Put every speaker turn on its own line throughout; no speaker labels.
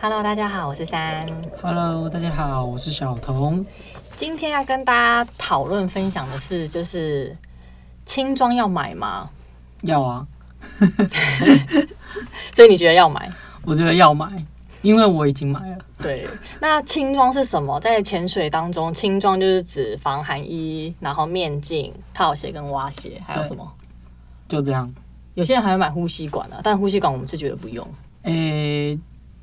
Hello，大家好，我是三。
Hello，大家好，我是小童。
今天要跟大家讨论分享的是，就是轻装要买吗？
要啊，
所以你觉得要买？
我觉得要买，因为我已经买了。
对，那轻装是什么？在潜水当中，轻装就是指防寒衣，然后面镜、套鞋跟蛙鞋，还有什么？
就这样。
有些人还会买呼吸管啊，但呼吸管我们是觉得不用。
诶、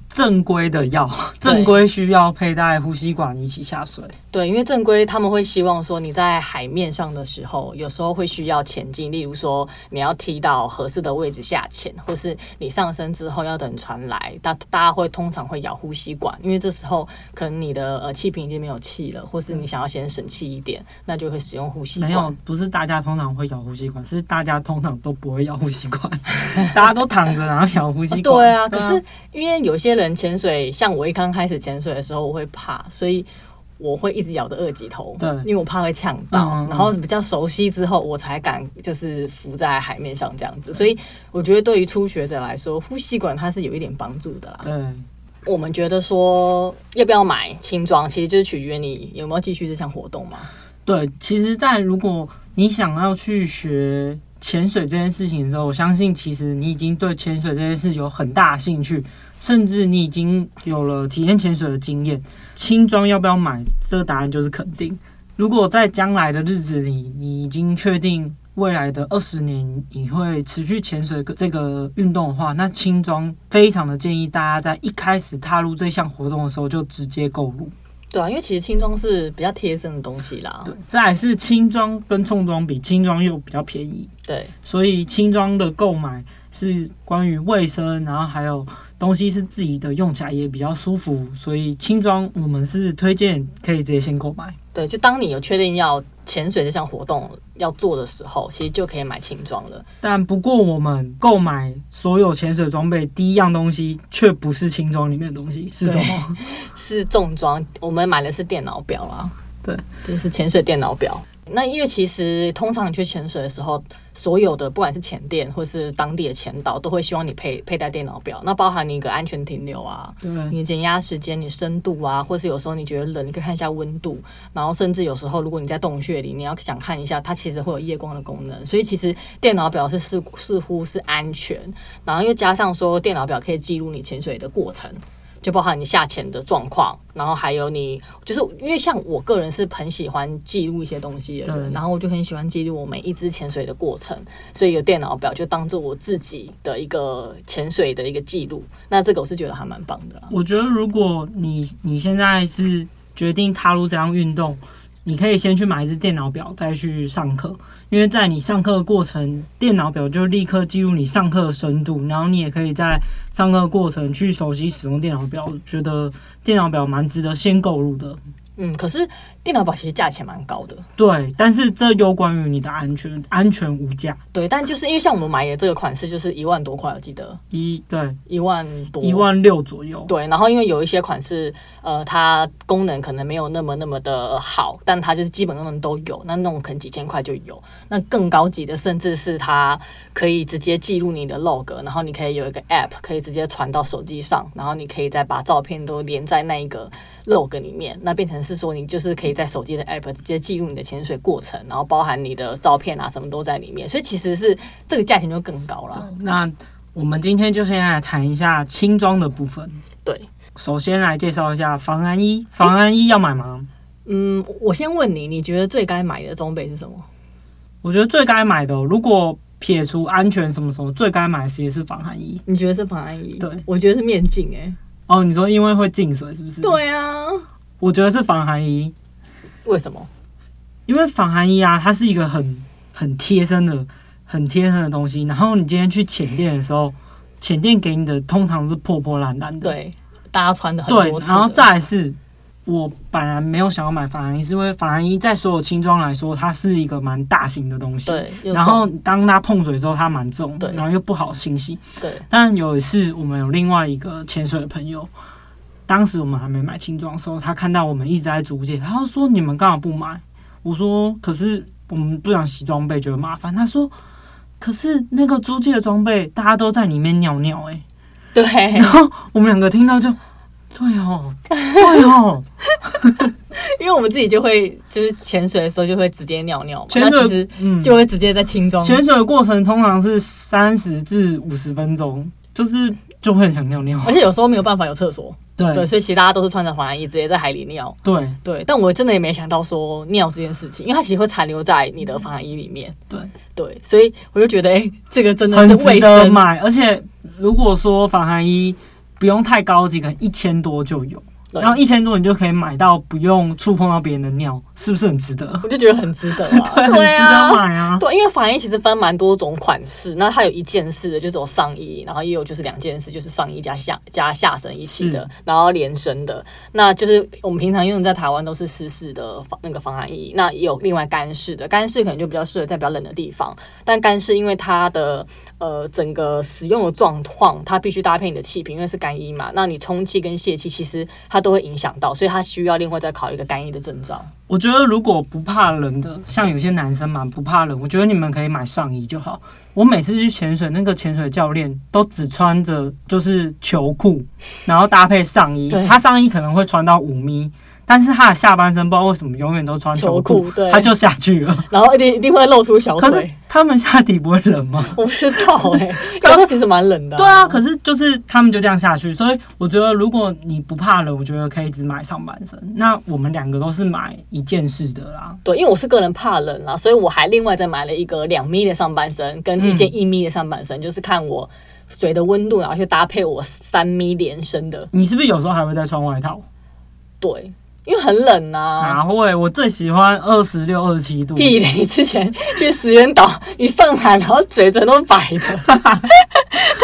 正规的要，正规需要佩戴呼吸管一起下水。
对，因为正规他们会希望说你在海面上的时候，有时候会需要前进，例如说你要踢到合适的位置下潜，或是你上升之后要等船来，大大家会通常会咬呼吸管，因为这时候可能你的呃气瓶已经没有气了，或是你想要先省气一点，那就会使用呼吸
嗯没有
管。，
不是大家通常会咬呼吸管，是大家通常都不会咬呼吸管，大家都躺着然后咬 呼吸管。
对啊，可是因为有些人潜水，像我一刚开始潜水的时候，我会怕，所以我会一直咬着二级头，
对
因为我怕会呛到。
嗯嗯嗯
然后比较熟悉之后，我才敢就是浮在海面上这样子。所以我觉得对于初学者来说，呼吸管它是有一点帮助的啦。
对，
我们觉得说要不要买轻装，其实就是取决于你有没有继续这项活动嘛。
对，其实，在如果你想要去学潜水这件事情的时候，我相信其实你已经对潜水这件事有很大的兴趣，甚至你已经有了体验潜水的经验。轻装要不要买？这答案就是肯定。如果在将来的日子里，你已经确定未来的二十年你会持续潜水这个运动的话，那轻装非常的建议大家在一开始踏入这项活动的时候就直接购入。
对啊，因为其实轻装是比较贴身的东西啦。
对，再来是轻装跟重装比，轻装又比较便宜，
对
所以轻装的购买是关于卫生，然后还有东西是自己的，用起来也比较舒服，所以轻装我们是推荐可以直接先购买。
对，就当你有确定要潜水这项活动要做的时候，其实就可以买轻装了。
但不过我们购买所有潜水装备，第一样东西却不是轻装里面的东西，是什么？
是重装，我们买的是电脑表啦。
对，
就是潜水电脑表。那因为其实通常你去潜水的时候，所有的不管是潜店或是当地的潜导，都会希望你佩佩戴电脑表，那包含你一个安全停留啊，
对
你减压时间、你深度啊，或是有时候你觉得冷，你可以看一下温度，然后甚至有时候如果你在洞穴里，你要想看一下，它其实会有夜光的功能，所以其实电脑表是似似乎是安全，然后又加上说电脑表可以记录你潜水的过程。就包含你下潜的状况，然后还有你，就是因为像我个人是很喜欢记录一些东西的人，
对
然后我就很喜欢记录我每一支潜水的过程，所以有电脑表就当做我自己的一个潜水的一个记录。那这个我是觉得还蛮棒的啊、
我觉得如果你你现在是决定踏入这项运动，你可以先去买一只电脑表，再去上课，因为在你上课的过程，电脑表就立刻记录你上课的深度，然后你也可以在上课的过程去熟悉使用电脑表。我觉得电脑表蛮值得先购入的，
嗯，可是电脑表其实价钱蛮高的，
对，但是这攸关于你的安全，安全无价。
对，但就是因为像我们买的这个款式就是一万多块，我记得
一对
一万多，
一万六左右，
对，然后因为有一些款式，呃，它功能可能没有那么那么的好，但它就是基本功能都有，那那种可能几千块就有。那更高级的，甚至是它可以直接记录你的 log，然后你可以有一个 app，可以直接传到手机上，然后你可以再把照片都连在那一个 log 里面，那变成是说你就是可以在手机的 app 直接记录你的潜水过程，然后包含你的照片啊什么都在里面，所以其实是这个价钱就更高了。
那我们今天就先来谈一下轻装的部分。
对，
首先来介绍一下防寒衣，防寒衣要买吗？
嗯，我先问你，你觉得最该买的装备是什么？
我觉得最该买的哦，如果撇除安全什么什么，最该买其实是防寒衣。
你觉得是防寒衣？
对，
我觉得是面镜哎、
哦，你说因为会进水是不是？，
对啊，
我觉得是防寒衣，
为什么？
因为防寒衣啊，它是一个很很贴身的、很贴身的东西。然后你今天去浅店的时候，浅店给你的通常是破破烂烂的，
对，大家穿的很
对
多，次的，
然后再来是。我本来没有想要买防寒衣，是因为防寒衣在所有轻装来说，它是一个蛮大型的东西。
对，又
然后
重
当它碰水之后，它蛮重
对，
然后又不好清洗。
对
但有一次，我们有另外一个潜水的朋友，当时我们还没买轻装的时候，他看到我们一直在租借，他就说：“你们干嘛不买？”我说：“可是我们不想洗装备，觉得麻烦。”他说：“可是那个租借的装备，大家都在里面尿尿、欸，
对
然后我们两个听到就对哦，对哦，
因为我们自己就会就是潜水的时候就会直接尿尿嘛，
潜
那其
水
实
嗯，
就会直接在轻装。
潜水的过程通常是三十至五十分钟，就是就会很想尿尿。
而且有时候没有办法有厕所，
对
对，所以其实大家都是穿着防寒衣直接在海里尿。
对
对，但我真的也没想到说尿这件事情，因为它其实会残留在你的防寒衣里面。
对，
对，所以我就觉得，哎、这个真的是
很
卫
值得
生。
买。而且如果说防寒衣不用太高级，可能一千多就有，
对
然后一千多你就可以买到不用触碰到别人的尿，是不是很值得？
我就觉得很值得啊，
对，很值得
啊。
买啊。
对，因为防衣其实分蛮多种款式，那它有一件式的，就只有上衣，然后也有就是两件式，就是上衣加下加下身一起的，然后连身的。那就是我们平常用在台湾都是湿式的防那个防寒衣，那也有另外干式的，干式可能就比较适合在比较冷的地方，但干式因为它的呃整个使用的状况，它必须搭配你的气瓶，因为是干衣嘛，那你充气跟泄气其实它都会影响到，所以它需要另外再考一个干衣的证照。
我觉得如果不怕冷的，像有些男生嘛不怕冷，我觉得你们可以买上衣就好。我每次去潜水，那个潜水教练都只穿着就是球裤，然后搭配上衣
对。
他上衣可能会穿到五米，但是他的下半身不知道为什么永远都穿球
球
裤
裤对，
他就下去了。
然后一定一定会露出小
可是
腿。
他们下体不会冷 吗？
我不知道哎、欸，这其实蛮冷的、
对啊，可是就是他们就这样下去，所以我觉得如果你不怕冷，我觉得可以只买上半身。那我们两个都是买一件式的啦，
对，因为我是个人怕冷啦，所以我还另外再买了一个两米的上半身跟一
嗯
件一米的上半身，就是看我水的温度，然后去搭配我三米连身的。
你是不是有时候还会再穿外套？
对，因为很冷啊。
哪会？我最喜欢二十六、二十七度。
屁嘞！你之前去石原岛，你上来然后嘴唇都白的，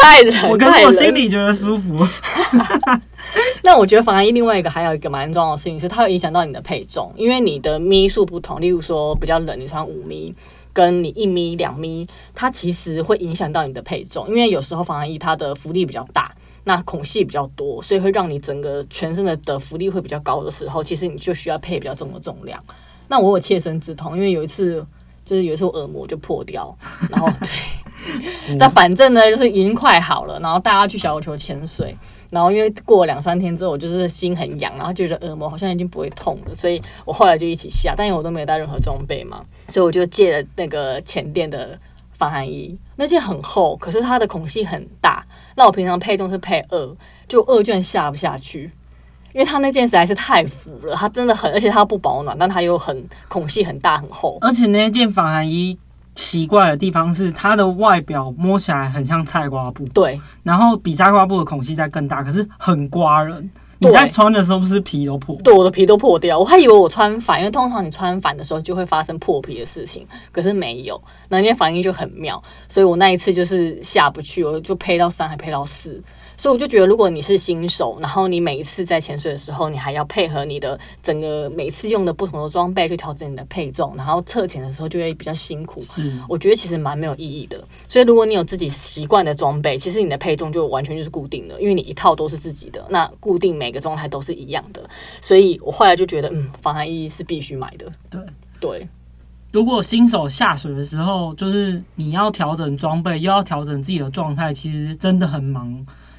太冷，
我跟
太
我
冷
心里觉得舒服，
那我觉得防寒衣另外一个还有一个蛮重要的事情是，它会影响到你的配重，因为你的咪数不同。例如说比较冷，你穿五咪，跟你一咪、两咪，它其实会影响到你的配重，因为有时候防寒衣它的浮力比较大，那孔隙比较多，所以会让你整个全身的的浮力会比较高的时候，其实你就需要配比较重的重量。那我有切身之痛，因为有一次。就是有一次我耳膜就破掉，然后对，但反正呢就是已经快好了，然后大家去小琉球潜水，然后因为过了两三天之后，我就是心很痒，然后觉得耳膜好像已经不会痛了，所以我后来就一起下，但因为我都没有带任何装备嘛，所以我就借了那个前店的防寒衣，那件很厚，可是它的孔隙很大，那我平常配重是配二，就二卷下不下去。因为它那件实在是太浮了，它真的很，而且它不保暖，但它又很孔隙很大很厚，
而且那件防寒衣奇怪的地方是，它的外表摸起来很像菜瓜布，
对，
然后比菜瓜布的孔隙再更大，可是很刮人。
对
你在穿的时候，不是皮都破？
对，我的皮都破掉，我还以为我穿反，因为通常你穿反的时候就会发生破皮的事情，可是没有，那那反应就很妙，所以我那一次就是下不去，我就配到三，还配到四，所以我就觉得，如果你是新手，然后你每一次在潜水的时候，你还要配合你的整个每次用的不同的装备去调整你的配重，然后测潜的时候就会比较辛苦。
是，
我觉得其实蛮没有意义的。所以如果你有自己习惯的装备，其实你的配重就完全就是固定的，因为你一套都是自己的，那固定每个状态都是一样的。所以我后来就觉得，嗯，防寒衣是必须买的。
对。
对
如果新手下水的时候，就是你要调整装备，又要调整自己的状态，其实真的很忙，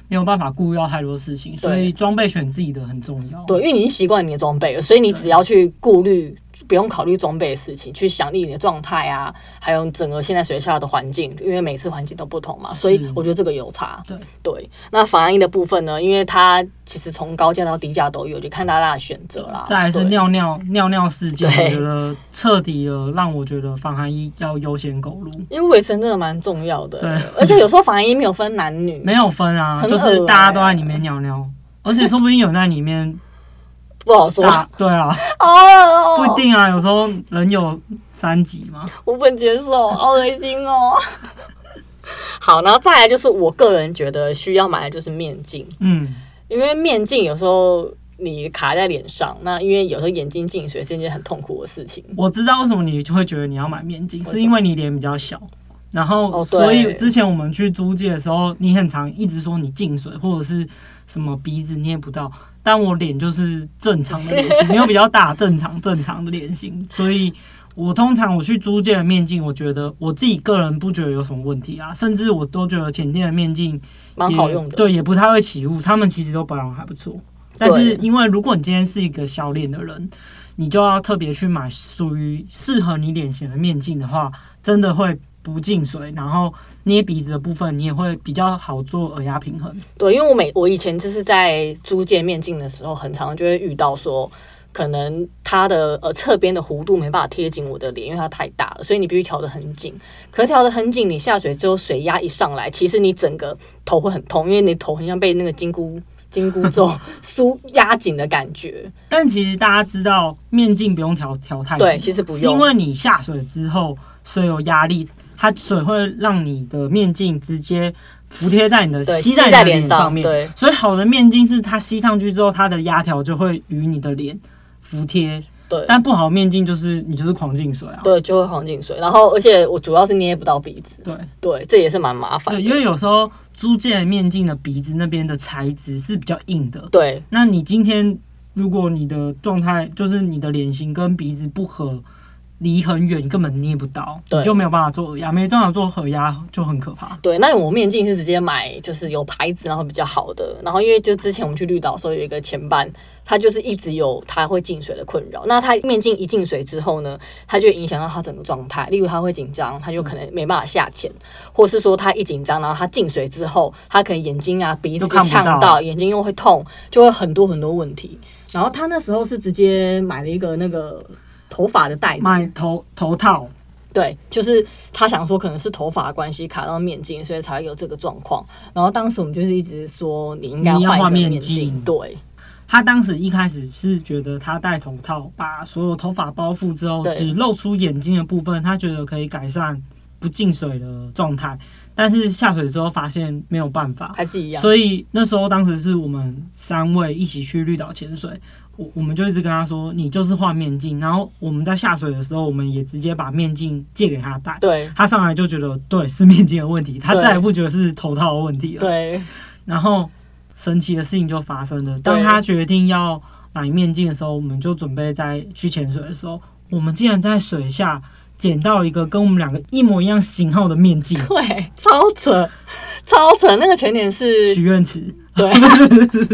没有办法顾虑到太多事情，所以装备选自己的很重要。
对，因为你已经习惯你的装备了，所以你只要去顾虑，不用考虑装备的事情，去想你的状态啊，还有整个现在水下的环境，因为每次环境都不同嘛，所以我觉得这个有差。
对
对，那防寒衣的部分呢，因为它其实从高价到低价都有，就看大家的选择啦。
再来是
对
尿尿尿尿事件，
对
我觉得彻底的让我觉得防寒衣要优先购入，
因为卫生真的蛮重要的
对，
而且有时候防疫没有分男女，
没有分啊，
很
就
恶
是
欸
大家都在里面尿尿，而且说不定有人在里面
不好说
大，对啊，
哦，
不一，定啊，有时候人有三级嘛，
我不能接受，好恶心哦。 好，然后再来就是我个人觉得需要买的就是面镜，
嗯，
因为面镜有时候你卡在脸上，那因为有时候眼睛进水是一件很痛苦的事情。
我知道为什么你会觉得你要买面镜，
什么
是因为你脸比较小，然后
哦
所
对
以之前我们去租借的时候，你很常一直说你进水或者是什么鼻子捏不到，但我脸就是正常的脸 型，没有比较大，正常正常的脸型，所以。我通常我去租借的面镜，我觉得我自己个人不觉得有什么问题啊，甚至我都觉得前店的面镜
蛮
也
好用的
嗯对，也不太会起雾，他们其实都保养还不错。但是因为如果你今天是一个小脸的人，你就要特别去买属于适合你脸型的面镜的话，真的会不进水，然后捏鼻子的部分你也会比较好做耳压平衡。
对，因为我每我以前就是在租借面镜的时候，很常就会遇到说，可能它的呃侧边的弧度没办法贴紧我的脸，因为它太大了，所以你必须调得很紧。可是调得很紧，你下水之后水压一上来，其实你整个头会很痛，因为你头很像被那个金箍金箍 咒箍压紧的感觉。
但其实大家知道，面镜不用调调太紧，
对其实不用
是因为你下水之后水有压力，它水会让你的面镜直接服贴在你的
对，吸
吸你
在
的
脸
脸
上，
面。
对，
所以好的面镜是它吸上去之后，它的压条就会与你的脸服贴。
对
但不好的面镜就是你就是狂进水啊。
对，就会黄进水。然后，而且我主要是捏不到鼻子，
对
对，这也是蛮麻烦
对，
的。
因为有时候租借面镜的鼻子那边的材质是比较硬的，
对，
那你今天如果你的状态就是你的脸型跟鼻子不合，离很远，你根本捏不到，
对
你就没有办法做耳压，没办法做耳压就很可怕。
对，那我面镜是直接买，就是有牌子，然后比较好的。然后因为就之前我们去绿岛的时候，有一个前伴，他就是一直有他会进水的困扰。那他面镜一进水之后呢，他就会影响到他整个状态，例如他会紧张，他就可能没办法下潜，或是说他一紧张，然后他进水之后，他可能眼睛啊、鼻子
就看不
呛
到
到，眼睛又会痛，就会很多很多问题。然后他那时候是直接买了一个那个头发的袋子，
买头头套，
对，就是他想说可能是头发的关系卡到面镜，所以才会有这个状况。然后当时我们就是一直说你应该
你要
换一个
换面
面
镜
对
他当时一开始是觉得他戴头套把所有头发包覆之后，
对
只露出眼睛的部分，他觉得可以改善不进水的状态，但是下水之后发现没有办法，
还是一样，
所以那时候当时是我们三位一起去绿岛潜水，我我们就一直跟他说，你就是换面镜。然后我们在下水的时候，我们也直接把面镜借给他戴。
对
他上来就觉得对是面镜的问题，他
对
再也不觉得是头套的问题了。
对
然后神奇的事情就发生了，当
对，
他决定要买面镜的时候，我们就准备在去潜水的时候，我们竟然在水下捡到一个跟我们两个一模一样型号的面镜
对，超扯超扯。那个前点是
许愿池
对，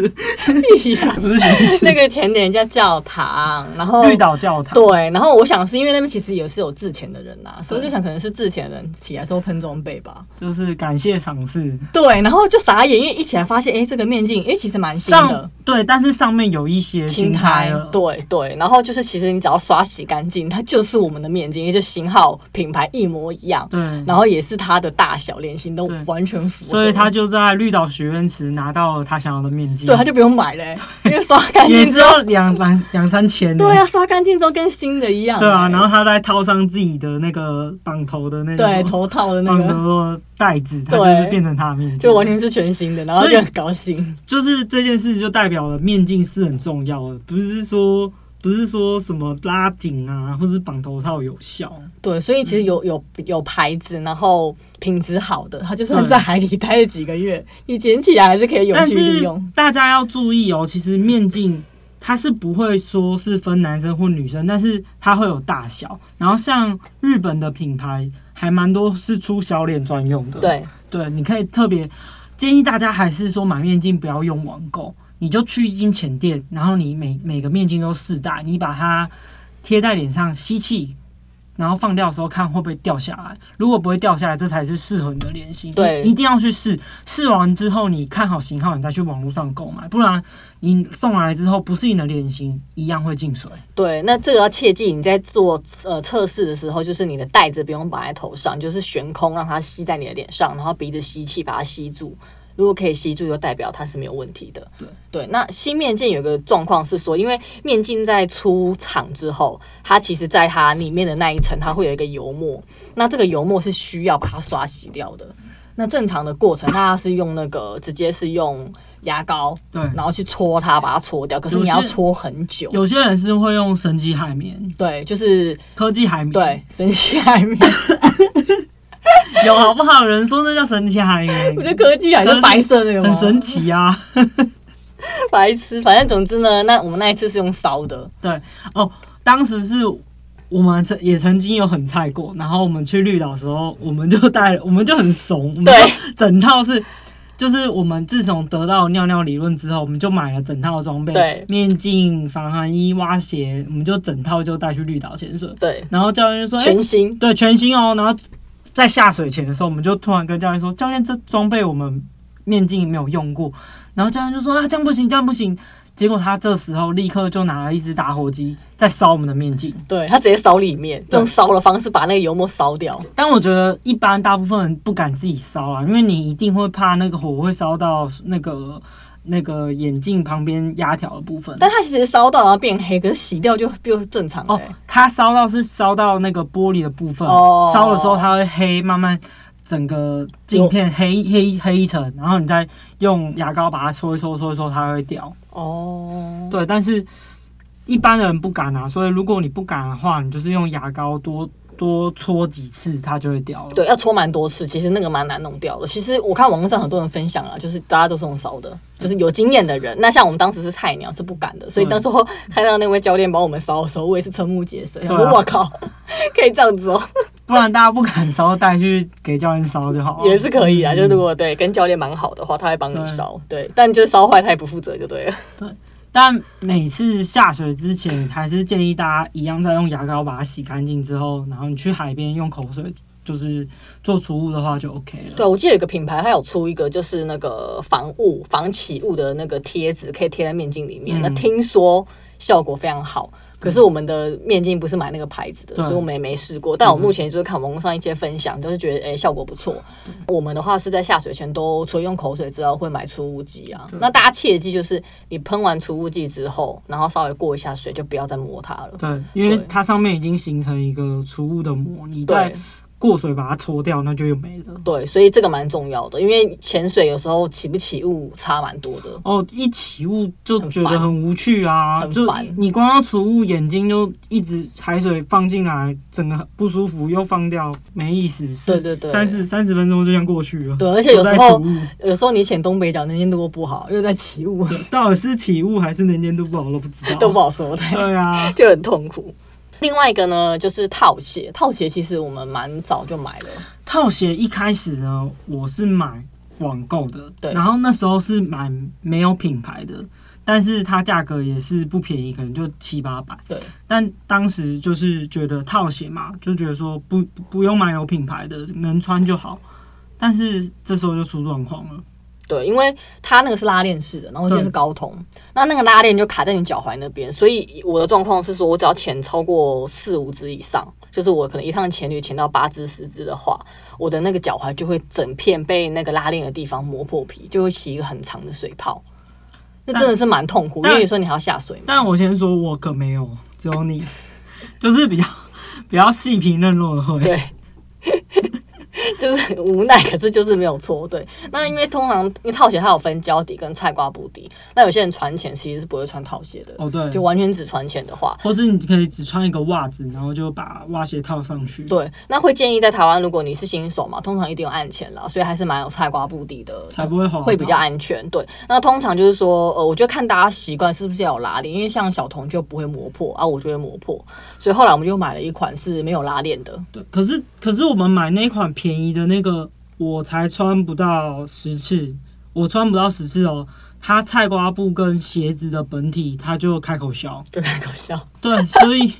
一样
不是许愿池，
那个前点叫教堂，然后
绿岛教堂。
对，然后我想是因为那边其实也是有自潜的人呐、所以我就想可能是自潜的人起来之后喷装备吧。
就是感谢赏赐。
对，然后就傻眼，因为一起来发现，哎、这个面镜，哎、其实蛮新的
上。对，但是上面有一些
青
青苔
苔
了，，
对对，然后就是其实你只要刷洗干净，它就是我们的面巾，因为就型号、品牌一模一样，
对，
然后也是它的大小、脸型都
对
完全符合，
所以他就在绿岛许愿池拿到了他想要的面镜，
对他就不用买了欸、因为刷干
也
净
是
之后，
要两两两三千的，
对啊，刷干净之后跟新的一样欸、
对啊，然后他再套上自己的那个绑头的那个
对头套的那
绑
个，
头的带子，他就
对
是变成他的面镜，
就完全是全新的，然后
所以
就很高兴，
就是这件事就代表了面镜是很重要的，不是说不是说什么拉紧啊，或是绑头套有效，
对，所以其
嗯
实有有有牌子，然后品质好的，它就算
对
在海里待了几个月，你捡起来还是可以有
但
趣
是
利用，
大家要注意哦，其实面镜它是不会说是分男生或女生，但是它会有大小。然后像日本的品牌还蛮多是出小脸专用的，
对
对，你可以特别建议大家还是说买面镜不要用网购，你就去一间浅店，然后你每每个面镜都试戴，你把它贴在脸上吸气。然后放掉的时候看会不会掉下来，如果不会掉下来，这才是适合你的脸型。
对
一一定要去试。试完之后，你看好型号，你再去网络上购买，不然你送来之后不是你的脸型，一样会进水。
对，那这个要切记，你在做呃测试的时候，就是你的袋子不用绑在头上，你就是悬空让它吸在你的脸上，然后鼻子吸气把它吸住。如果可以吸住，就代表它是没有问题的。
对
那新面镜有个状况是说，因为面镜在出厂之后，它其实在它里面的那一层，它会有一个油墨，那这个油墨是需要把它刷洗掉的。那正常的过程，大家是用那个直接是用牙膏，
对，
然后去搓它，把它搓掉。可是你要
有些
搓很久，
有些人是会用神奇海绵、
对，就是
科技海绵，，
对，神奇海 绵，
有好不好？有人说那叫神奇海绵
我，觉得科技海
科
是
技
白色那个吗
很神，奇啊。
白痴。反正总之呢，那我们那一次是用烧的，
对哦，当时是我们曾也曾经有很菜过，然后我们去绿岛的时候，我们就带，我们就很怂，我们
对
就整套是。就是我们自从得到尿尿理论之后，我们就买了整套装备，
对
面镜、防寒衣、蛙鞋，我们就整套就带去绿岛潜水。
对，
然后教练就说：“哎、
全新，
对，全新哦。”然后在下水前的时候，我们就突然跟教练说：“教练，这装备我们面镜没有用过。”然后教练就说：“啊，这样不行，这样不行。”结果他这时候立刻就拿了一只打火机在烧我们的面镜。
对他直接烧里面，
对
用烧的方式把那个油墨烧掉。
但我觉得一般大部分人不敢自己烧啊，因为你一定会怕那个火会烧到那个那个眼镜旁边压条的部分。
但它其实烧到然后变黑，可是洗掉就就正常了、欸
哦，它烧到是烧到那个玻璃的部分，
哦
烧、的时候它会黑，慢慢整个镜片黑黑黑一层，然后你再用牙膏把它搓一搓搓一搓，它会掉。
哦，
对，但是一般人不敢啊，所以如果你不敢的话，你就是用牙膏多多搓几次，它就会掉了。
对，要搓蛮多次，其实那个蛮难弄掉的。其实我看网络上很多人分享啊，就是大家都是用烧的，就是有经验的人。那像我们当时是菜鸟，是不敢的，所以
嗯
当时候看到那位教练帮我们烧的时候，我也是瞠目结舌，
对
我
啊
说我靠， 可以这样子哦，
不然大家不敢烧，带去给教练烧就好了。
也是可以啊。就如果对跟教练蛮好的话，他会帮你
嗯对
烧，对，但就是烧坏他也不负责就对 了。
但每次下水之前，还是建议大家一样再用牙膏把它洗干净之后，然后你去海边用口水就是做除雾的话就 OK 了。
对，我记得有个品牌，它有出一个就是那个防雾、防起雾的那个贴纸，可以贴在面镜里面。那
嗯
听说效果非常好。可是我们的面镜不是买那个牌子的，
对嗯
所以我们也没试过。但我目前就是看网络上一些分享，就是觉得诶、哎效果不错。
嗯
我们的话是在下水前都除了用口水之外，会买除雾剂啊。那大家切记就是你喷完除雾剂之后，然后稍微过一下水，就不要再摸它了。
对，因为
对
它上面已经形成一个除雾的膜，你
对
再过水把它搓掉，那就又没了。
对，所以这个蛮重要的，因为潜水有时候起不起雾差蛮多的。
哦，一起雾就
很
觉得
烦
很无趣啊，
很
就
烦
你光要除雾，眼睛就一直海水放进来，整个不舒服，又放掉，没意思。
对对对
三十三十分钟就像过去了。
对，而且有
都在
时候
除雾
有时候你潜东北角能见度不好，又在起雾，
到底是起雾还是能见度不好都不知道。
都不好说的，
对啊，
就很痛苦。另外一个呢，就是套鞋。套鞋其实我们蛮早就买了，
套鞋一开始呢，我是买网购的，
对
然后那时候是买没有品牌的，但是它价格也是不便宜，可能就七八百。
对，
但当时就是觉得套鞋嘛，就觉得说不不用买有品牌的，能穿就好。但是这时候就出状况了，
对，因为它那个是拉链式的，然后这是
对
高筒，那那个拉链就卡在你脚踝那边，所以我的状况是说，我只要潜超过四五只以上，就是我可能一趟潜旅潜到八只十只的话，我的那个脚踝就会整片被那个拉链的地方磨破皮，就会起一个很长的水泡。那真的是蛮痛苦，因
但
为有时候你还要下水嘛。
但我先说，我可没有，只 有你，就是比较比较细皮嫩肉的会。
对， 就是无奈，可是就是没有错。对，那因为通常因为套鞋它有分胶底跟菜瓜布底，那有些人穿浅其实是不会穿套鞋的，
哦，对，
就完全只穿浅的话。
或是你可以只穿一个袜子，然后就把袜鞋套上去。
对，那会建议在台湾，如果你是新手嘛，通常一定有暗浅啦，所以还是蛮有菜瓜布底的，
才不会滑倒
会比较安全。对，那通常就是说，呃，我觉得看大家习惯是不是要有拉链，因为像小童就不会磨破啊，我就会磨破，所以后来我们就买了一款是没有拉链的，
对。可是可是我们买那款便宜的那个，我才穿不到十次，我穿不到十次哦。它菜瓜布跟鞋子的本体，它就开口笑。
就太搞笑，
对，所以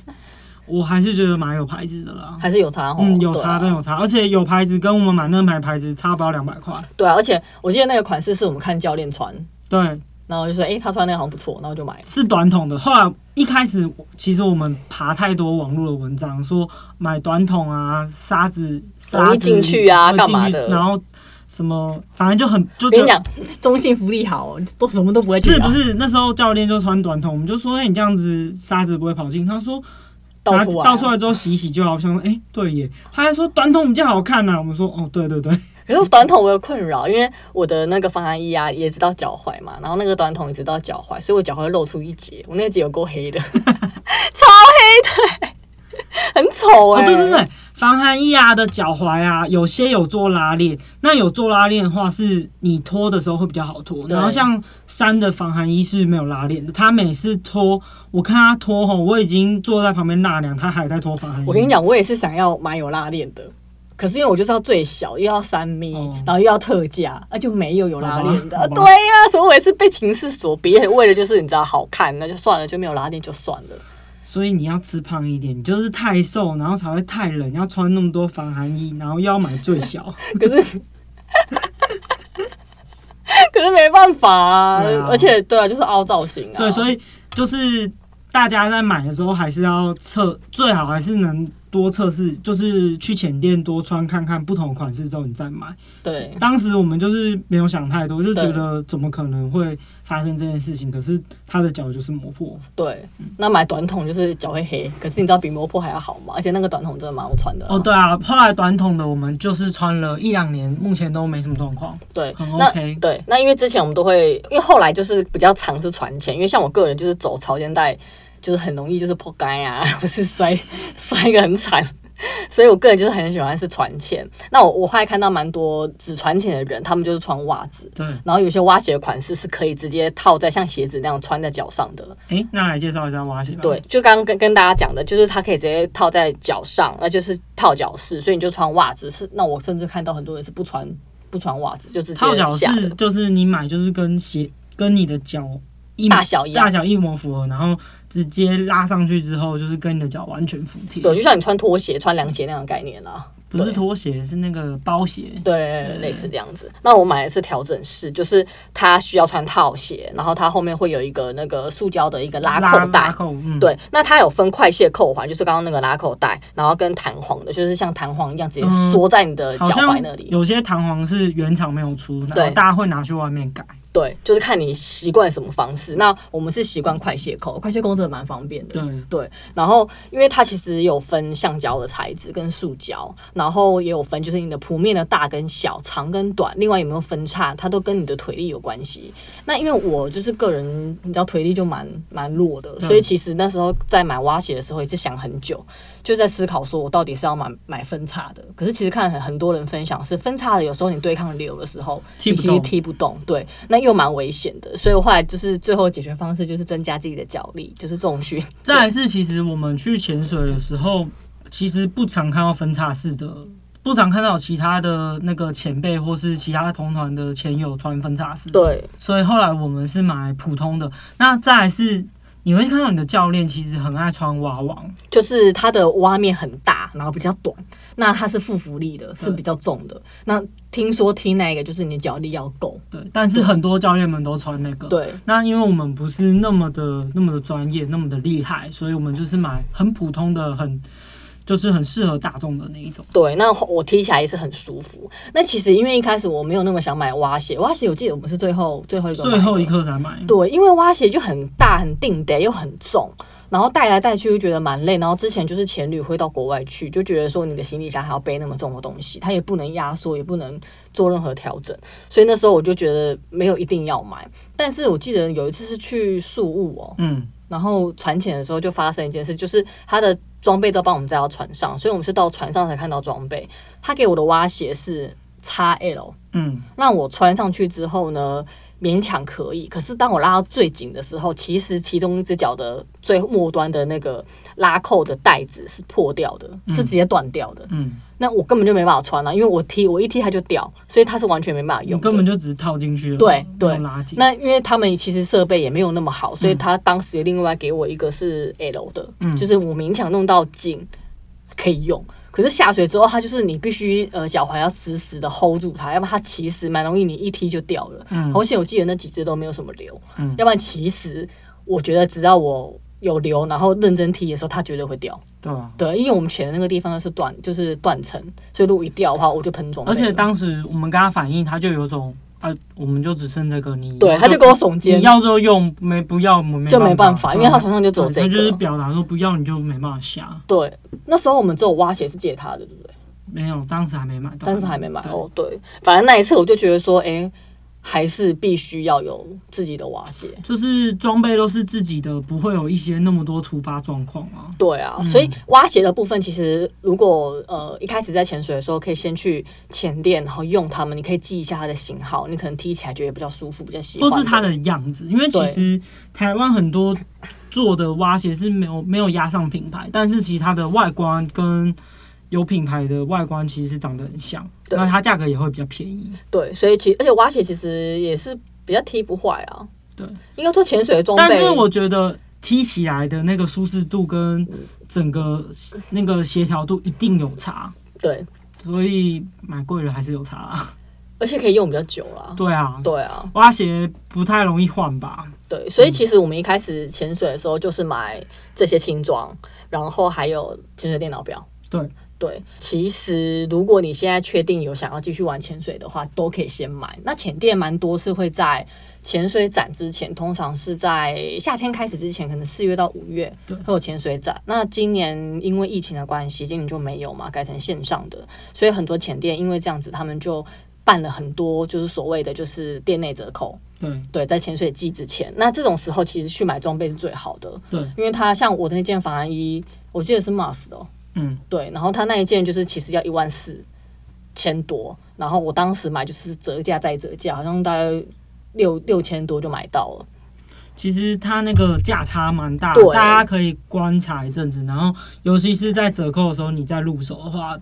我还是觉得蛮有牌子的啦。
还是有差哦，
嗯，有
对
差
啊
真有差，而且有牌子跟我们买那牌牌子差不到两百块。
对啊，而且我记得那个款式是我们看教练穿，
对，
然后我就说，诶，他穿那个好像不错，然后就买了。
是短筒的。后来一开始，其实我们爬太多网络的文章，说买短筒啊、沙子、沙
容
子
易进去啊
会
干嘛
进去
的啊
然后什么，反正就很就
我跟
觉
你
得
讲，中性福利好，哦都什么都不会
是
记
不
啊，
是？那时候教练就穿短筒，我们就说：“哎、你这样子沙子不会跑进。”他说：“
到
拿
处啊，
倒出来之后洗一洗就好。”我想说：“哎、对耶。”他还说：“短筒比较好看呐、我们说：“哦，对对对，
可是短筒我有困扰，因为我的那个防寒衣啊，也直到脚踝嘛，然后那个短筒也直到脚踝，所以我脚踝露出一截，我那截有够黑 的，超黑的、很丑
哦
哎、
对对对，防寒衣啊的脚踝啊，有些有做拉链，那有做拉链的话，是你脱的时候会比较好脱。
对
然后像山的防寒衣是没有拉链的，他每次脱，我看他脱吼，我已经坐在旁边纳凉，他还在脱防寒衣。
我跟你，讲，我也是想要买有拉链的，可是因为我就是要最小，又要三米，
哦
然后又要特价，啊就没有有拉链的。
好吧
啊
好吧
对呀、所以我也是被情势所逼，为了就是你知道好看，那就算了，就没有拉链就算了。
所以你要吃胖一点，你就是太瘦，然后才会太冷，要穿那么多防寒衣，然后又要买最小。
可是，可是没办法啊，
对啊
而且对啊，就是凹造型啊。
对，所以就是大家在买的时候还是要测，最好还是能多测试，就是去浅店多穿看看不同的款式之后你再买。
对
当时我们就是没有想太多，就觉
嗯对
得怎么可能会发生这件事情？可是他的脚就是磨破，
对，那买短筒就是脚会黑，可是你知道比磨破还要好嘛？而且那个短筒真的蛮好穿的啊、
哦，对啊，后来短筒的我们就是穿了一两年，目前都没什么状况。
对，
很
那
OK
对，那因为之前我们都会，因为后来就是比较常是传钱，因为像我个人就是走潮间带，就是很容易就是破干啊， 不是摔摔一个很惨。所以我个人就是很喜欢是传钱。那我我后来看到蛮多只传钱的人，他们就是穿袜子，
对，
然后有些蛙鞋的款式是可以直接套在像鞋子那样穿在脚上的。
诶，那来介绍一下蛙鞋吧。
对，，就刚刚跟跟大家讲的，就是它可以直接套在脚上，那就是套脚式，所以你就穿袜子是。那我甚至看到很多人是不穿不穿袜子，就直接
套脚
下
是就是你买就是跟鞋跟你的脚一模
大小一样
大。小一模符合，然后直接拉上去之后就是跟你的脚完全服帖，
对，就像你穿拖鞋、穿凉鞋那样的概念啦。
不是
对
拖鞋是那个包鞋。
对，类似这样子。那我买的是调整式，就是它需要穿套鞋，然后它后面会有一个那个塑胶的一个拉扣
拉
带。
扣，嗯，，
对，那它有分快卸扣环，就是刚刚那个拉扣带，然后跟弹簧的，就是像弹簧一样直接
嗯
缩在你的脚
好
踝
像
那里。
有些弹簧是原厂没有出，然
对
后大家会拿去外面改。
对，就是看你习惯什么方式。那我们是习惯快卸扣，快卸扣真的蛮方便的。
对，
对，然后因为它其实有分橡胶的材质跟塑胶，然后也有分就是你的铺面的大跟小、长跟短，另外有没有分叉，它都跟你的腿力有关系。那因为我就是个人，你知道腿力就蛮蛮弱的，所以
嗯
其实那时候在买蛙鞋的时候也是想很久，就在思考说我到底是要买买分叉的。可是其实看很很多人分享是分叉的，有时候你对抗流的时候，
踢
你其
不
实
动
踢不动，对，那又蛮危险的。所以我后来就是最后解决方式就是增加自己的脚力，就是重训。
再来是其实我们去潜水的时候，其实不常看到分叉式的。不常看到其他的那个前辈或是其他同团的前友穿分叉式，
对，
所以后来我们是买普通的。那再来是你会看到你的教练其实很爱穿蛙网，
就是它的蛙面很大，然后比较短，那它是负浮力的，是比较重的。那听说踢那个就是你脚力要够，
对，但是很多教练们都穿那个。，
对
那因为我们不是那么的那么的专业，那么的厉害，所以我们就是买很普通的，很就是很适合大众的那一种。
对。那我踢起来也是很舒服。那其实因为一开始我没有那么想买蛙鞋，蛙鞋我记得我们是最后最后一个买的
最后一刻才买。
对，因为蛙鞋就很大、很定得又很重，然后带来带去又觉得蛮累。然后之前就是前旅会到国外去，就觉得说你的行李箱还要背那么重的东西，它也不能压缩，也不能做任何调整。所以那时候我就觉得没有一定要买。但是我记得有一次是去宿务哦，
嗯，
然后船潜的时候就发生一件事，就是他的装备都帮我们载到船上，所以我们是到船上才看到装备。他给我的蛙鞋是 XL。
嗯
那我穿上去之后呢，勉强可以。可是当我拉到最紧的时候，其实其中一只脚的最末端的那个拉扣的带子是破掉的，是直接断掉的。
嗯，
那我根本就没办法穿了、啊因为我踢我一踢它就掉，所以它是完全没办法
你
用的。
根本就只是套进去了，
对
不用
对
拉紧。
那因为他们其实设备也没有那么好，所以他当时另外给我一个是 L 的，
嗯
就是我勉强弄到紧可以用。可是下水之后，它就是你必须呃脚踝要死死的 hold 住它，要不然它其实蛮容易你一踢就掉了。
嗯
好险我记得那几只都没有什么流，
嗯
要不然其实我觉得只要我有流，然后认真踢的时候，它绝对会掉。
对啊吧？
对，因为我们选的那个地方是断，就是断层，所以如果一掉的话，我就喷撞。
而且当时我们跟他反映，他就有种啊，我们就只剩这个，你
对，
要
他就给我耸肩
你，要就用，没不要我们没
就没办法，因为他
对
船上就只有
对
这个。
他就是表达说不要你就没办法下，
对，那时候我们只有蛙鞋是借他的，对不对？
没有，当时还没买到，
但是还没买
对
哦。对，反正那一次我就觉得说，哎、还是必须要有自己的蛙鞋。
就是装备都是自己的，不会有一些那么多突发状况啊。
对啊，所以蛙鞋的部分，其实如果呃一开始在潜水的时候，可以先去潜店，然后用它们，你可以记一下它的型号，你可能踢起来觉得比较舒服，比较喜欢。
或是它的样子，因为其实台湾很多做的蛙鞋是没有没有压上品牌，但是其实它的外观跟有品牌的外观其实是长得很像，
对
那它价格也会比较便宜。
对，所以其而且蛙鞋其实也是比较踢不坏啊。
对，
应该说潜水的装备，
但是我觉得踢起来的那个舒适度跟整个那个协调度一定有差，
对，
所以买贵了还是有差、啊。
而且可以用比较久啦。
对啊，
对啊，
蛙鞋不太容易换吧？
对，所以
嗯
其实我们一开始潜水的时候就是买这些轻装，然后还有潜水电脑表。
对
对，其实如果你现在确定有想要继续玩潜水的话，都可以先买。那潜店蛮多是会在潜水展之前，通常是在夏天开始之前，可能四月到五月
对
会有潜水展。那今年因为疫情的关系，今年就没有嘛，改成线上的，所以很多潜店因为这样子，他们就办了很多就是所谓的就是店内折扣。
对
对，在潜水季之前，那这种时候其实去买装备是最好的，
对，
因为它像我的那件防寒衣，我记得是 MARS 的哦、
嗯，
对，然后它那一件就是其实要一万四千多，然后我当时买就是折价再折价，好像大概六六千多就买到了。
其实它那个价差蛮大
对，
大家可以观察一阵子，然后尤其是在折扣的时候，你再入手的话，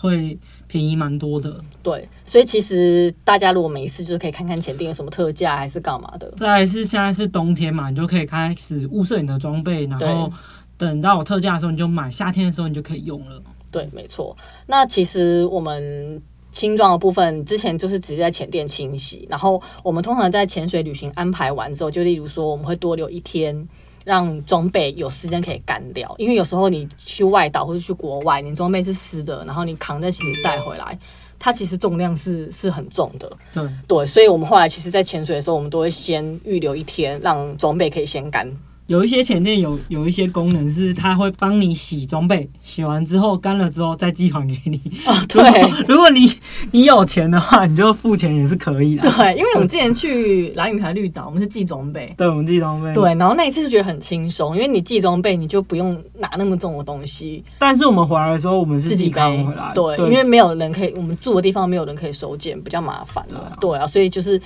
会便宜蛮多的。
对，所以其实大家如果没事，就是可以看看前店有什么特价还是干嘛的。
再来是现在是冬天嘛，你就可以开始物色你的装备，然后等到有特价的时候你就买，夏天的时候你就可以用了。
对，没错。那其实我们轻装的部分，之前就是直接在潜店清洗，然后我们通常在潜水旅行安排完之后，就例如说我们会多留一天。让装备有时间可以干掉，因为有时候你去外岛或者去国外，你装备是湿的，然后你扛在行李带回来，它其实重量是是很重的。
对，
对，所以我们后来其实，在潜水的时候，我们都会先预留一天，让装备可以先干。
有一些前店有有一些功能是它会帮你洗装备，洗完之后干了之后再寄还给你。
哦，
如
对
果，如果你你有钱的话，你就付钱也是可以的。
对，因为我们之前去蓝屿还绿岛，我们是寄装备，
对，我们自己装备。，
对，然后那一次就觉得很轻松，因为你寄装备，你就不用拿那么重的东西，
但是我们回来的时候，我们是
自己
己
背
扛回来。。
对，因为没有人可以，我们住的地方没有人可以收件，比较麻烦
对
啊
啊。
对啊，所以就是，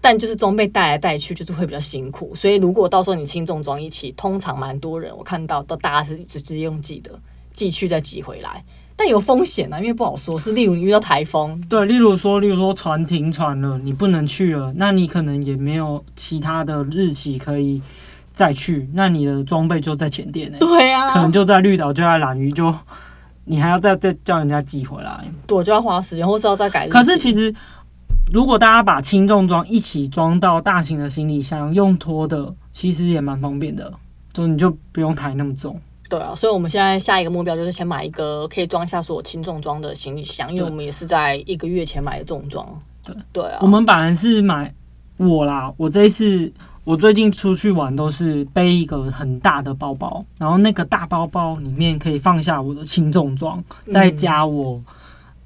但就是装备带来带去，就是会比较辛苦。所以如果到时候你轻重装一起，通常蛮多人我看到都大家是直接用寄的，寄去再寄回来。但有风险啊，因为不好说，是例如你遇到台风，
对，例如说，例如说船停船了，你不能去了，那你可能也没有其他的日期可以再去，那你的装备就在前店呢、
对啊，
可能就在绿岛，就在蓝屿，就你还要再再叫人家寄回来。
我就要花时间，或是要再改日期。
可是其实，如果大家把轻重装一起装到大型的行李箱，用拖的，其实也蛮方便的，就你就不用抬那么重。
对啊，所以我们现在下一个目标就是先买一个可以装下所有轻重装的行李箱，因为我们也是在一个月前买的重装。
对
对啊
我，们本来是买我啦，我这一次我最近出去玩都是背一个很大的包包，然后那个大包包里面可以放下我的轻重装，再加我、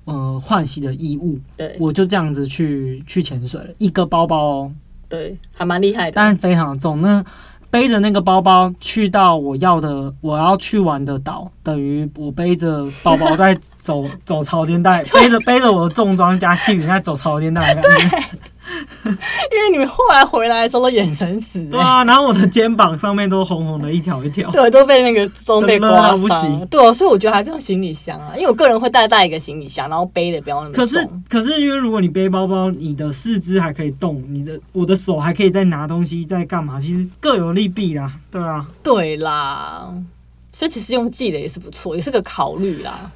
呃换洗的衣物，
对
我就这样子去去潜水了，一个包包、哦，
对，还蛮厉害的。
但非常重，那。背着那个包包去到我要的我要去玩的岛，等于我背着包包在走走潮间带，背着背着我的重装加气瓶在走潮间带的感觉。
因为你们后来回来的时候都眼神死、
对
欸，
啊，然后我的肩膀上面都红红的一条一条。
对，都被那个装备刮
冷到不
伤。
行
对、啊，所以我觉得还是用行李箱啊，因为我个人会带带一个行李箱，然后背的不要那么
可是
重。
可是因为如果你背包包，你的四肢还可以动，你的我的手还可以再拿东西再干嘛，其实各有利弊啦，对啊。
对啦，所以其实用寄的也是不错，也是个考虑啦。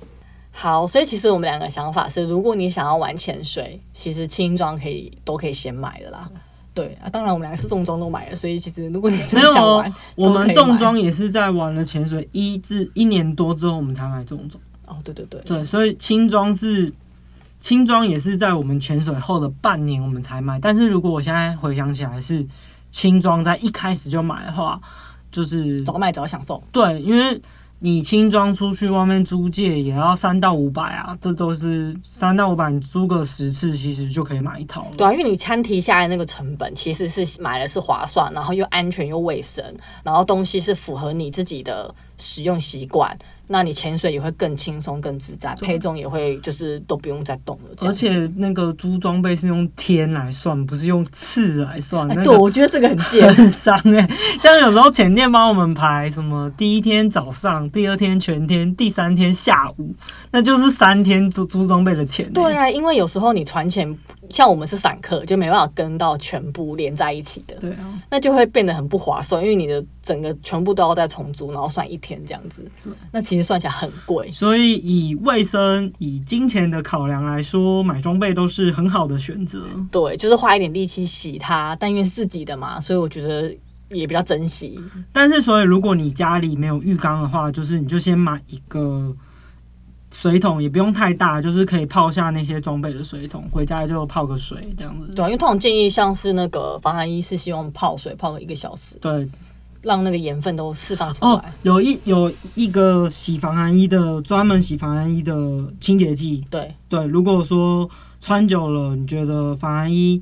好，所以其实我们两个想法是，如果你想要玩潜水，其实轻装可以都可以先买的啦。对啊，当然我们两个是重装都买了，所以其实如果你真的
没有
想
哦
玩，
我们
都可以买
重装也是在玩了潜水一至一年多之后，我们才买重装。
哦，对对对，
对，所以轻装是轻装也是在我们潜水后的半年我们才买，但是如果我现在回想起来是轻装在一开始就买的话，就是
早买早享受。
对，因为你轻装出去外面租借也要三到五百啊，这都是三到五百，你租个十次其实就可以买一套了。
对啊，因为你摊提下来那个成本其实是买的是划算，然后又安全又卫生，然后东西是符合你自己的使用习惯，那你潜水也会更轻松、更自在，
对
配重也会就是都不用再动了。这
而
样子
且那个租装备是用天来算，不是用次来算，
哎，
那
对，
个
我觉得这个很贱。
很伤哎、像有时候前店帮我们排什么第一天早上，第二天全天，第三天下午，那就是三天租租装备的钱、欸。
对啊，因为有时候你船前，像我们是散客，就没办法跟到全部连在一起的，
对啊，
那就会变得很不划算，因为你的整个全部都要再重租，然后算一天这样子，那其实算起来很贵。
所以以卫生、以金钱的考量来说，买装备都是很好的选择。
对，就是花一点力气洗它，但因为是自己的嘛，所以我觉得也比较珍惜。
但是，所以如果你家里没有浴缸的话，就是你就先买一个水桶，也不用太大，就是可以泡下那些装备的水桶，回家就泡个水这样子。
对啊、因为通常建议像是那个防寒衣是希望泡水泡个一个小时，
对
让那个盐分都释放出来。
哦，有一有一个洗防寒衣的专门洗防寒衣的清洁剂。
对，
对，如果说穿久了，你觉得防寒衣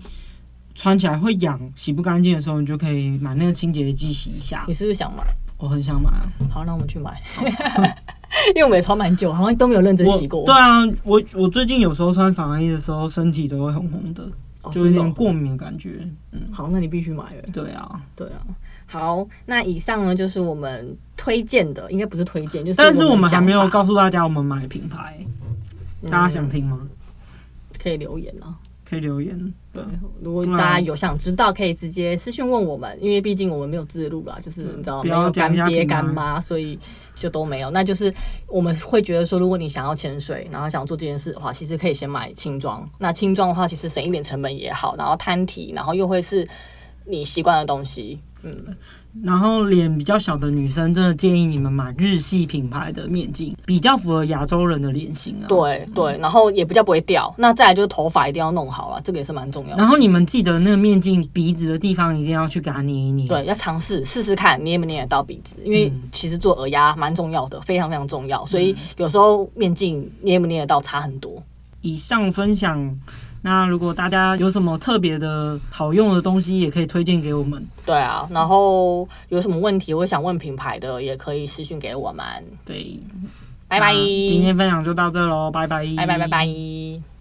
穿起来会痒、洗不干净的时候，你就可以买那个清洁剂洗一下
你。是不是想买？
我很想买啊。
好，那我们去买， 因为我们也穿蛮久，好像都没有认真
我
洗过。
对啊，我我最近有时候穿防寒衣的时候，身体都会红红的，
哦，
就有
是
点
哦
过敏的感觉。嗯，
好，那你必须买了。
对啊。
对啊，好，那以上呢就是我们推荐的，应该不是推荐，就是
但是我们还没有
想法
告诉大家我们买品牌，大家想
嗯
听吗？
可以留言啊。
可以留言。对，啊
如果
不然
大家有想知道，可以直接私讯问我们，因为毕竟我们没有自录啦，就是你知道
不
没
要
有
讲
干
一下
爹
品牌
干妈，所以就都没有。那就是我们会觉得说，如果你想要潜水，然后想做这件事的话，其实可以先买轻装。那轻装的话，其实省一点成本也好，然后摊体，然后又会是你习惯的东西。嗯，
然后脸比较小的女生，真的建议你们买日系品牌的面镜，比较符合亚洲人的脸型啊。。
对对，然后也比较不会掉。那再来就是头发一定要弄好了，这个也是蛮重要的。
然后你们记得那个面镜鼻子的地方一定要去给它捏一捏。
对，要尝试试试看捏不捏得到鼻子，因为其实做耳压蛮重要的，非常非常重要，所以有时候面镜捏不捏得到差很多。
以上分享。那如果大家有什么特别的好用的东西，也可以推荐给我们。
对啊，然后有什么问题或想问品牌的，也可以私讯给我们。
对，
拜拜，
那今天分享就到这喽，拜拜，
拜拜拜拜。